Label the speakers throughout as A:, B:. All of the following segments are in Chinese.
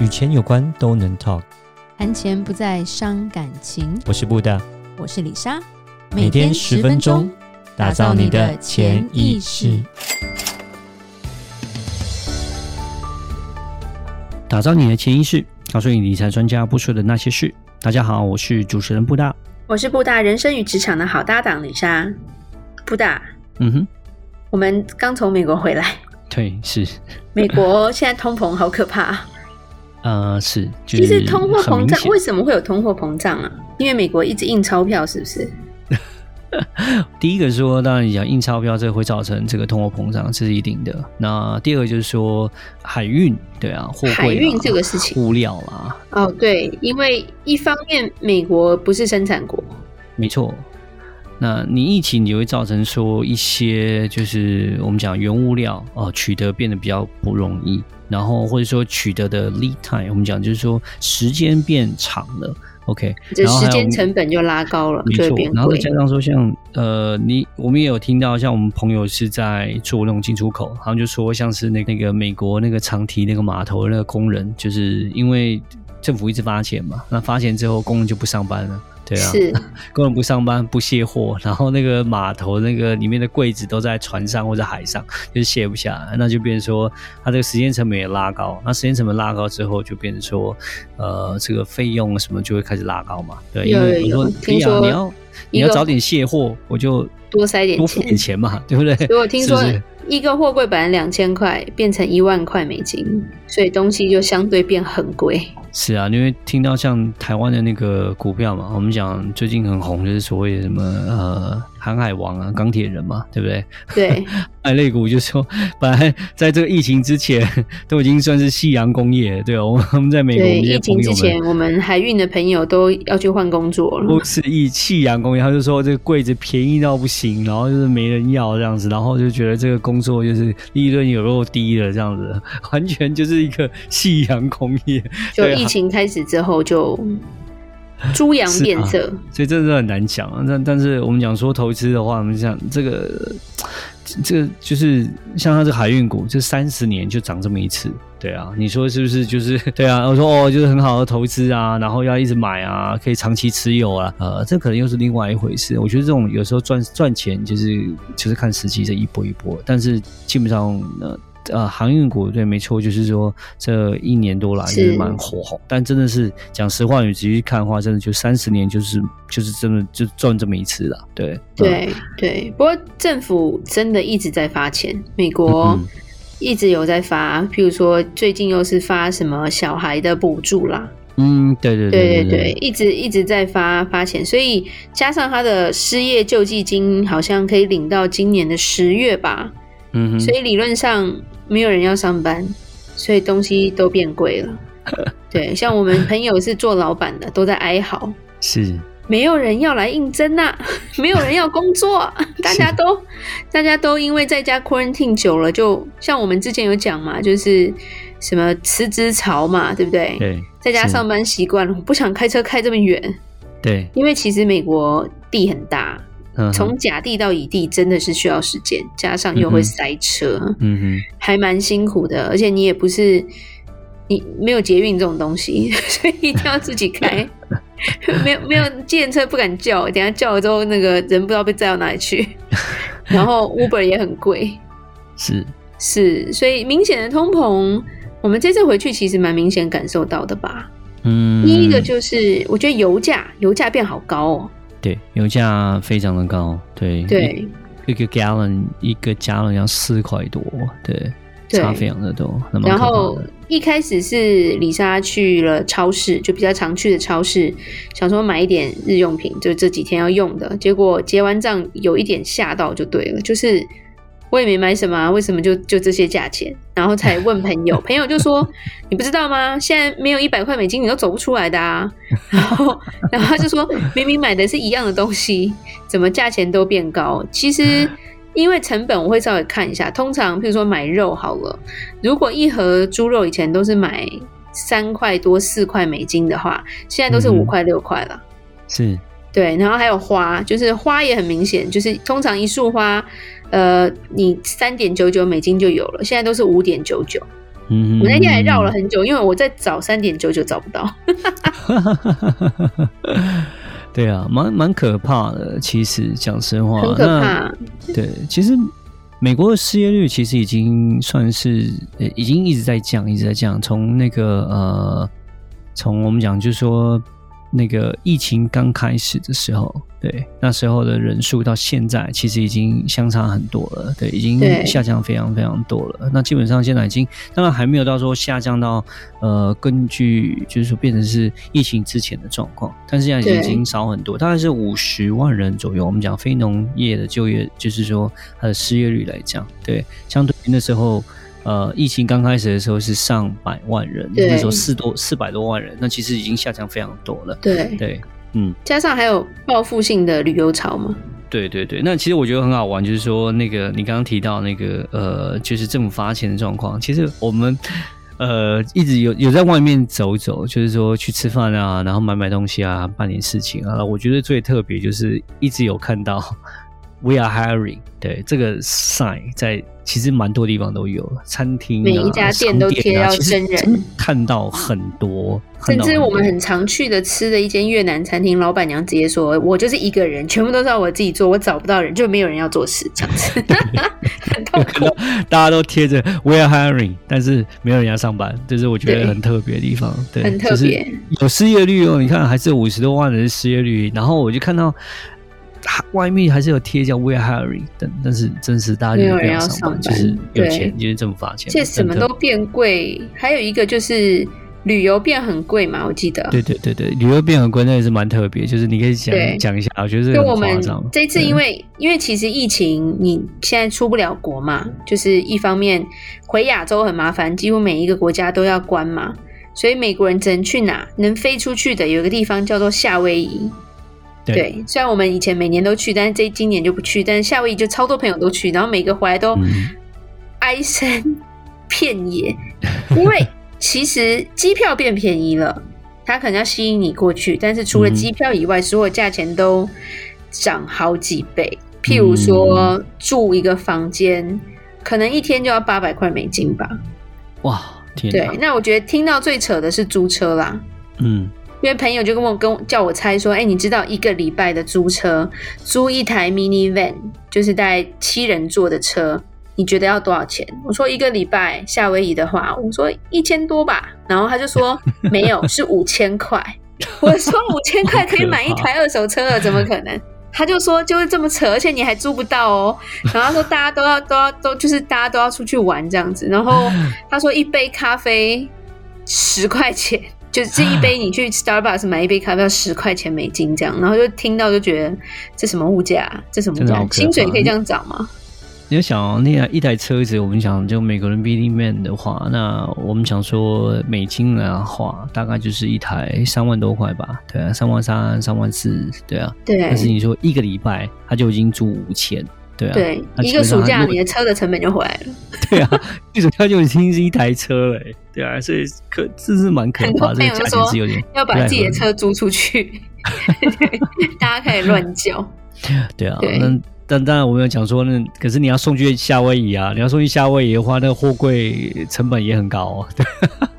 A: 与钱有关都能 talk。
B: 谈钱不再伤感情。
A: 我是布大，
B: 我是李莎，
A: 每天十分钟，打造你的潜意识，打造你的潜意识，告诉你理财专家不说的那些事。大家好，我是主持人布大。
B: 我是布大人生与职场的好搭档李莎。布大，
A: 嗯哼，
B: 我们刚从美国 回来，
A: 对，是，
B: 美国现在通膨好可怕啊。
A: 呃，是，就
B: 其
A: 是
B: 实通货
A: 很
B: 膨
A: 明
B: 胀
A: 显
B: 为什么会有通货膨胀啊？因为美国一直印钞票，是不是？
A: 第一个说，当然讲印钞票，这个会造成这个通货膨胀，这是一定的。那第二个就是说海运，对啊，货柜啦
B: 海运这个事情
A: 物料啊啦，
B: 哦，对，因为一方面美国不是生产国，
A: 没错。那你疫情也会造成说一些就是我们讲原物料哦、呃取得变得比较不容易，然后或者说取得的 lead time，我们讲就是说时间变长了，OK，
B: 这
A: 然后还
B: 时
A: 有
B: 间成本就拉高了，
A: 没
B: 就会
A: 错
B: 变，
A: 然后再
B: 贵。
A: 加上说像呃，你我们也有听到，像我们朋友是在做那种进出口，他们就说像是那那个美国那个长堤那个码头的那个工人，就是因为政府一直发钱嘛，那发钱之后工人就不上班了，对啊，
B: 是，
A: 工人不上班不卸货，然后那个码头那个里面的柜子都在船上或者海上，就是卸不下来，那就变成说它这个时间成本也拉高，那时间成本拉高之后，就变成说呃这个费用什么就会开始拉高嘛，对，因
B: 有
A: 为
B: 有
A: 我
B: 有
A: 说对
B: 听
A: 呀
B: 说
A: 你要你要
B: 一个
A: 早点卸货，我就
B: 多塞点
A: 多付点
B: 钱。
A: 钱嘛， 对不 对？
B: 所以我听说
A: 是不是
B: 一个货柜本来两千块，变成一万块美金，所以东西就相对变很 贵。
A: 是啊，因为听到像台湾的那个股票嘛，我们讲最近很红，就是所谓的什么呃航海王啊、钢铁人嘛，对不对？
B: 对，
A: 爱类股就说， 本来在这个疫情之前 都已经算是夕阳工业了，对哦，我们我 们在美国，我
B: 对，
A: 们这
B: 疫
A: 些
B: 情
A: 朋
B: 之
A: 友
B: 前
A: 们。
B: 我们海运的朋友都要去换工作了
A: 不。是以夕阳工业，他就说这个柜子便宜到不行，然后就是没人要这样子，然后就觉得这个工作就是利润有够低了，这样子， 完全就是一个夕阳工业，
B: 就
A: 对啊
B: 疫情开始之后就猪羊
A: 是啊
B: 变色，
A: 所以真的是很难讲啊。但但是我们讲说投资的话，我们讲这个，这个就是像它这海运股，这三十年就涨这么一次，对啊，你说是不是？就是对啊，我说哦，就是很好的投资啊，然后要一直买啊，可以长期持有啊，呃，这可能又是另外一回事。我觉得这种有时候赚赚钱就是就是看时机这一波一波，但是基本上呃。呃，航运股对，没错，就是说这一年多来就是
B: 是
A: 蛮火红，但真的是讲实话，你仔细看的话，真的就三十年就是就是真的就赚这么一次了，对嗯
B: 对对。不过政府真的一直在发钱，美国
A: 嗯
B: 一直有在发，譬如说最近又是发什么小孩的补助啦，
A: 嗯，对对对
B: 对对对，一直一直在发发钱，所以加上他的失业救济金好像可以领到今年的十月吧，
A: 嗯哼，
B: 所以理论上没有人要上班，所以东西都变 贵了。对，像我们朋友是做老板的，都在哀嚎，
A: 是
B: 没有人要来应征呐、 没有人要工作啊，大家都大家都因为在家 quarantine 久了，就像我们之前有讲嘛，就是什么辞职潮嘛，对不对？
A: 对
B: 在家
A: 是
B: 上班习惯了，我不想开车开这么远，
A: 对，
B: 因为其实美国地很大，
A: 嗯哼
B: 从甲地到乙地真的是需要时间，加上又会
A: 嗯哼
B: 塞车，
A: 嗯哼。
B: 还蛮辛苦的。而且你也不是你没有捷运这种东西， 所以一定要自己 开，没有没有计程车不敢叫，等一下叫了之后那个人不知道被载到哪 里去。然后 Uber 也很贵，
A: 是，
B: 是，所以明显的通膨，我们这次回去其实蛮明显感受到的吧。
A: 嗯，
B: 第一个就是我觉得油价，油价变好高哦。
A: 对，油价非常的高，对，
B: 对
A: 一，一个 gallon 一个加仑要四块多，对，
B: 对
A: 差非常的多，那蛮
B: 然
A: 可怕
B: 后
A: 的
B: 一开始是李莎去了超市，就比较常去的超市，想说买一点日用品，就这几天要用的。结果结完账有一点吓到，就对了，就是我也没买什么啊、为什么就就这些价钱？然后才问朋 友，朋友就说你不知道吗？现在没有一百块美金你都走不出来的啊。然后然后他就说明明买的是一样的东西，怎么价钱都变高？其实。
A: 嗯
B: 因为成本我会稍微看一下，通常譬如说买肉好了，如果一盒猪肉以前都是买三块多四块美金的话，现在都是
A: 嗯哼
B: 五块六块了。
A: 是，
B: 对，然后还有花，就是花也很明显，就是通常一束花，呃，你三点九九美金就有了，现在都是五点九九。
A: 嗯，
B: 我那天还绕了很久，因为我在找三点九九找不到。
A: 对啊，蛮蛮可怕的。其实讲实话，
B: 很可怕
A: 那对，其实美国的失业率其实已经算是呃已经一直在降，一直在降。从那个呃，从我们讲就是说那个疫情刚开始的时候，对那时候的人数到现在，其实已经相差很多了。对，已经
B: 对
A: 下降非常非常多了。那基本上现在已经当然还没有到说下降到呃，根据就是说变成是疫情之前的状况，但是现在已
B: 对
A: 经少很多，大概是五十万人左右。我们讲非农业的就业，就是说它的失业率来讲，对，相对于那时候。呃，疫情刚开始的时候是上百万人，
B: 对
A: 那时候四多四百多万人，那其实已经下降非常多了。
B: 对，
A: 对，
B: 加上还有报复性的旅游潮嘛，
A: 对对对，那其实我觉得很好玩，就是说那个你刚刚提到那个呃，就是政府发钱的状况，其实我们。呃，一直有有在外面走走，就是说去吃饭啊，然后买买东西啊，办点事情啊。我觉得最特别就是一直有看到 “we are hiring” 对这个 sign 在其实蛮多地方都有，餐厅、啊、
B: 每一家店都
A: 商
B: 贴
A: 啊
B: 到
A: 其实
B: 真人
A: 看到很多，看
B: 甚
A: 到
B: 至我
A: 多
B: 们很常去的吃的一间越南餐厅，老板娘直接说：“我就是一个人，全部都是要我自己做，我找不到人，就没有人要做事，这样子 很痛
A: 有
B: 苦。
A: 看到大家都贴着 “We are hiring”，但是没有人要上班，这是我觉得
B: 对
A: 很特别的地方。对，
B: 很特别。
A: 有失业率哦，你看还是五十多万人失业率，然后我就看到还外面还是有贴叫 “We are hiring”，但但是真实大家就是不上班，
B: 没有人要上班
A: 就是有
B: 对
A: 钱就是政府发钱，
B: 现在什么
A: 真
B: 都
A: 的
B: 变贵，还有一个就是旅游变很贵嘛，我记得。
A: 对对对对，旅游变很贵，那也是蛮特别，就是你可以讲
B: 对
A: 讲一下，我觉得这
B: 就
A: 个
B: 我
A: 很
B: 们
A: 夸张。
B: 这次
A: 对
B: 因为因为其实疫情，你现在出不了国嘛，就是一方面回亚洲很麻烦，几乎每一个国家都要关嘛，所以美国人只能去哪能飞出去的，有一个地方叫做夏威夷。
A: 对
B: 虽然我们以前每年都去，但是这今年就不去。但是夏威夷就超多朋友都去，然后每个回来都
A: 嗯
B: 哀声 遍野，因为其实机票变便宜了，它可能要吸引你过去，但是除了
A: 嗯
B: 机票以外，所有价钱都涨好几倍。譬如说
A: 嗯
B: 住一个房间，可能一天就要八百块美金吧。
A: 哇天
B: 对
A: 哪，，
B: 那我觉得听到最扯的是租车啦。
A: 嗯
B: 因为朋友就跟我跟我叫我猜说，哎、你知道一个礼拜的租车，租一台 minivan，就是大概七人座的车，你觉得要多少钱？我说一个礼拜夏威夷的话，我说一千多吧，然后他就说没有，是五千块。我说五千块可以买一台二手车了，怎么可能？他就说就是这么扯，而且你还租不到哦。然后他说大家都要都要都就是大家都要出去玩这样子。然后他说一杯咖啡十块钱，就是这一杯你去 Starbucks 买一杯咖啡要十块钱美金这样。然后就听到就觉得这什么物价、啊，这什么物
A: 真的
B: 价
A: 好
B: 啊
A: 可？怕
B: 薪水可以这样涨吗？
A: 你要想哦那台一台车子，我们想就美国人 b i l man 的话，那我们想说美金来的话，大概就是一台三万多块吧，对啊，三万三、三万四，对啊。
B: 对
A: 但是你说一个礼拜，他就已经租五千，对啊，
B: 对，
A: 那
B: 一
A: 基
B: 个
A: 本上
B: 暑假
A: 如果
B: 你的车的成本就回来了。
A: 对啊，一手票就已经是一台车了、欸，对啊，所以可这是蛮可
B: 很
A: 怕，
B: 多
A: 这
B: 朋
A: 个
B: 友
A: 价
B: 就
A: 钱
B: 说
A: 是有点
B: 要
A: 不
B: 把
A: 太
B: 自己的
A: 合理
B: 车租出 去，大家可以乱叫。
A: 对啊，
B: 对
A: 那但当然我们有讲说，那可是你要送去夏威夷啊，你要送去夏威夷的话，那个货柜成本也很高哦。对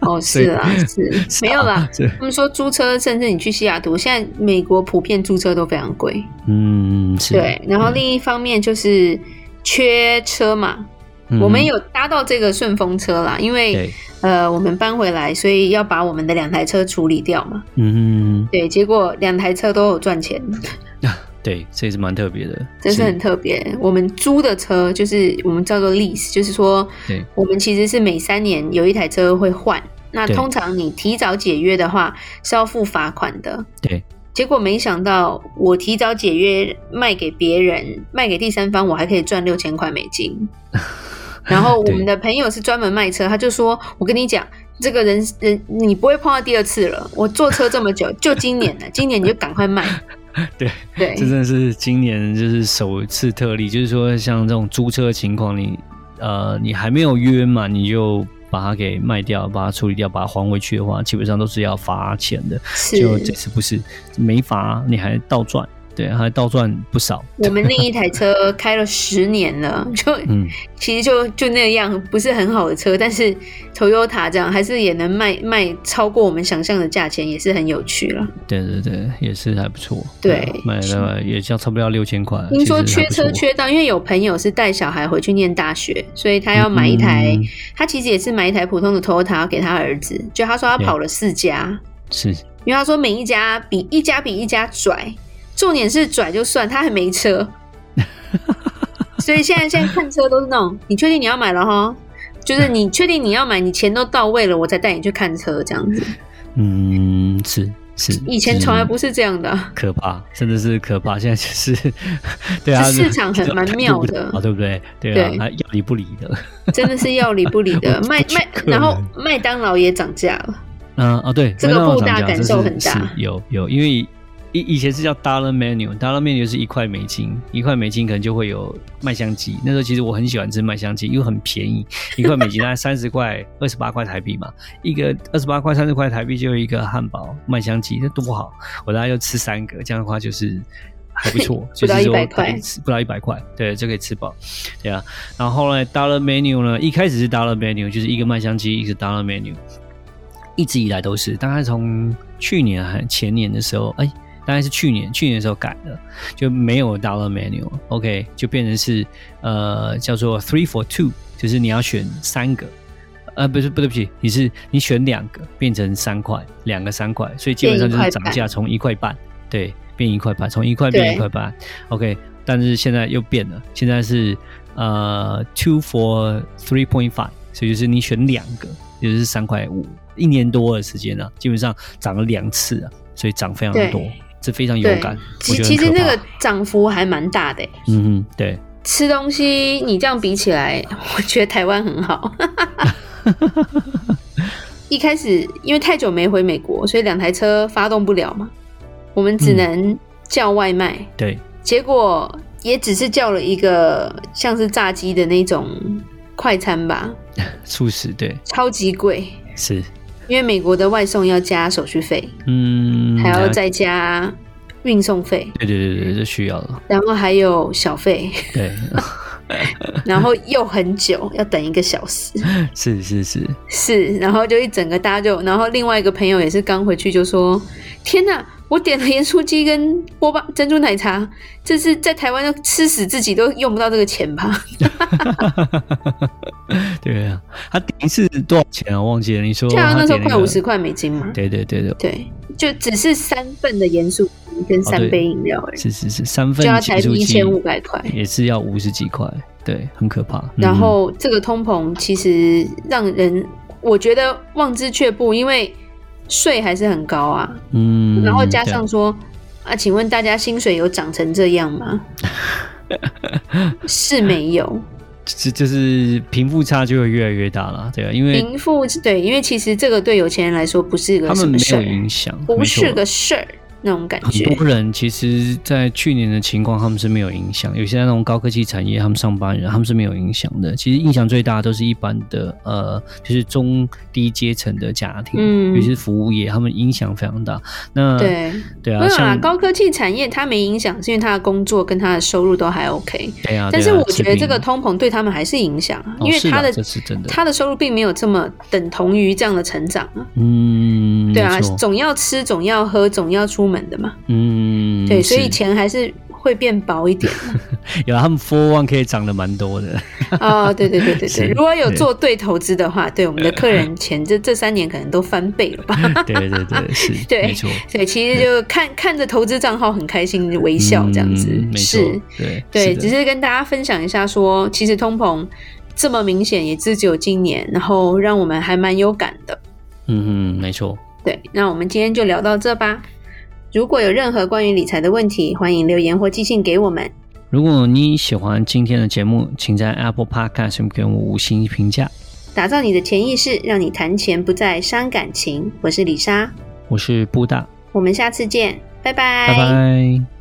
B: 哦，是啦，是
A: 是啊
B: 没有啦。
A: 这
B: 他们说租车，甚至你去西雅图，现在美国普遍租车都非常贵。
A: 嗯是，
B: 对，然后另一方面就是缺车嘛，
A: 嗯
B: 我们有搭到这个顺风车啦，因为
A: 对，
B: 呃我们搬回来，所以要把我们的两台车处理掉嘛。
A: 嗯，
B: 对，结果两台车都有赚钱，
A: 对，这也是蛮特别的，
B: 真是很特别。我们租的车就是我们叫做 lease，就是说
A: 对，
B: 我们其实是每三年有一台车会换。那
A: 对
B: 通常你提早解约的话是要付罚款的，
A: 对，
B: 结果没想到，我提早解约卖给别人，卖给第三方，我还可以赚六千块美 金。然后我
A: 对
B: 们的朋友是专门卖车，他就说：“我跟你讲，这个人人你不会碰到第二次了。我坐车这么久，就今年 了，今年你就赶快卖。
A: 对
B: 对
A: 这真的是今年就是首次特例，就是说像这种租车的情况，你呃你还没有约嘛，你就。把它给卖掉，把它处理掉，把它还回去的话，基本上都是要罚钱的。
B: 是
A: 就这次不是没罚，你还倒赚，对，还倒赚不少。
B: 我们另一台车开了十年了，就、
A: 嗯
B: 其实就就那样，不是很好的车，但是 Toyota 这样还是也能卖卖超过我们想象的价钱，也是很有趣了。
A: 对对对，也是还不错。
B: 对
A: 啊买了也交差不多要六千块。
B: 听说
A: 啊其实还
B: 缺
A: 不错
B: 车缺到，因为有朋友是带小孩回去念大学，所以他要买一台，
A: 嗯
B: 他其实也是买一台普通的 Toyota 要给他儿子，就他说他跑了四家，
A: 是
B: 因为他说每一家比一家比一家拽，重点是拽就算，他还没 车，所以现在现在看车都是那种，你确定你要买了哈？就是你确定你要买，你钱都到位了，我才带你去看车这样子。
A: 嗯是是，
B: 以前从来不是这样的，啊
A: 可怕，真的是可怕。现在就是 对啊，
B: 这市场很蛮妙的
A: 啊，对不对？对啊
B: 对，
A: 还要理不理的。
B: 真的是要理不理的。
A: 我
B: 麦
A: 不
B: 麦，
A: 可
B: 然后
A: 能
B: 麦当劳也涨价了。
A: 嗯啊，对，
B: 这个
A: 麦当劳
B: 布大
A: 涨价
B: 感
A: 这
B: 受
A: 是
B: 很大
A: 是有有，因为以以前是叫 dollar menu，dollar menu 是一块美金，一块美金可能就会有麦香鸡。那时候其实我很喜欢吃麦香鸡，因为很便宜，一块美金大概三十块、二十八块台币嘛，一个二十八块、三十块台币就有一个汉堡麦香鸡，那多好！我大概就吃三个，这样的话就是。还不错，
B: 不
A: 就
B: 到
A: 是说
B: 100块
A: 可以吃不到一百块，对，就可以吃饱，对啊。然后后来 dollar menu 呢，一开始是 dollar menu，就是一个麦香鸡，一个 dollar menu，一直以来都是，大概从去年还前年的时候，哎、大概是去年，去年的时候改的，就没有 dollar menu，OK，、就变成是呃叫做 three for two，就是你要选三个，呃，不是，不对不起，你是你选两个变成三块，两个三块，所以基本上就
B: 变
A: 是
B: 一块
A: 涨
B: 半
A: 价从一块半，对，变一块半，从一块变
B: 对
A: 一块半，OK，但是现在又变了，现在是呃 two for three point five，所以就是你选两个，也就是三块五，一年多的时间啊，基本上涨了两次啊，所以涨非常
B: 对
A: 多，这非常有
B: 对
A: 感，，我
B: 其
A: 觉得
B: 其
A: 很
B: 实
A: 可
B: 那
A: 怕
B: 个涨幅还蛮大的欸。
A: 嗯哼，对，
B: 吃东西你这样比起来， 我觉得台湾很好。 一开始因为太久没回美国，所以两台车发动不了嘛，我们只
A: 嗯
B: 能叫外卖。
A: 对，
B: 结果也只是叫了一个像是炸鸡的那种快餐吧，
A: 促使对
B: 超级贵，
A: 是，
B: 因为美国的外送要加手续费，
A: 嗯，
B: 还要
A: 了
B: 再加运送费，
A: 对对对对，这需要了，
B: 然后还有小费，
A: 对，
B: 然后又很久，要等一个小时。
A: 是是是，
B: 是，然后就一整个大家就，然后另外一个朋友也是刚回去就说：“天哪，我点了盐酥鸡跟波霸珍珠奶茶，这是在台湾要吃死自己都用不到这个钱吧
A: 对啊，他点一次多少钱啊？忘记了，你？”说
B: 就好像
A: 他
B: 那时候
A: 点了
B: 快
A: 一个
B: 五十，块美金嘛。
A: 对对对对，
B: 对，就只是三份的盐酥鸡跟三
A: 哦对
B: 杯饮料而已，
A: 是是是，三份
B: 就要
A: 减
B: 台币
A: 速
B: 一
A: 器
B: 千五百块。
A: 也是要五十几块，对，很可怕。
B: 然
A: 嗯
B: 后这个通膨其实让人我觉得望之却步，因为税还是很高啊。
A: 嗯，
B: 然后加
A: 对
B: 上说啊，请问大家薪水有涨成这 样吗？是没有，
A: 这就是贫富差距会越来越大了，对啊，因为
B: 贫富对，因为其实这个对有钱人来说不是个
A: 他
B: 什
A: 们
B: 么
A: 没
B: 事
A: 有
B: 儿，
A: 影响，
B: 不
A: 没
B: 是
A: 错
B: 个事儿那种感觉。
A: 很多人其实，在去年的情况，他们是没有影响。有些那种高科技产业，他们上班人，他们是没有影响的。其实影响最大的都是一般的，呃，就是中低阶层的家庭，
B: 嗯
A: 尤其是服务业，他们影响非常大。那
B: 对，
A: 对啊，
B: 没有啦，
A: 像
B: 高科技产业它没影响，是因为他的工作跟他的收入都还 OK。
A: 对啊，
B: 但是
A: 对啊
B: 我觉得这个
A: 吃饼
B: 通膨对他们还是影响啊，
A: 哦
B: 因为
A: 是
B: 他
A: 啦
B: 的
A: 这是真的
B: 他的收入并没有这么等同于这样的成长啊。
A: 嗯，
B: 对啊
A: 没，错
B: 总要吃，总要喝，总要出门的嘛。
A: 嗯，
B: 对，所以
A: 是
B: 钱还是会变薄 一点。
A: 有啊他们 Four One 可以涨得蛮多 的，
B: 哦，对对对对对，
A: 是
B: 如果有做对投资的话，对我们的客人钱这这三年可能都翻倍 了吧？
A: 对对对，是，
B: 对
A: 没错，
B: 对，其实就看看着投资账号很开心，微笑这样子，
A: 嗯没错
B: 是，，
A: 对
B: 对，
A: 的
B: 只是跟大家分享一下说其实通膨这么明显，也是只有今年，然后让我们还蛮有感的。
A: 嗯嗯，没错，
B: 对，那我们今天就聊到这吧。如果有任何关于理财的问题，欢迎留言或寄信给我们。
A: 如果你喜欢今天的节目，请在 Apple Podcast 上给我们五星评价。
B: 打造你的潜意识，让你谈钱不再伤感情。我是李莎，
A: 我是布大，
B: 我们下次见，拜拜
A: 拜拜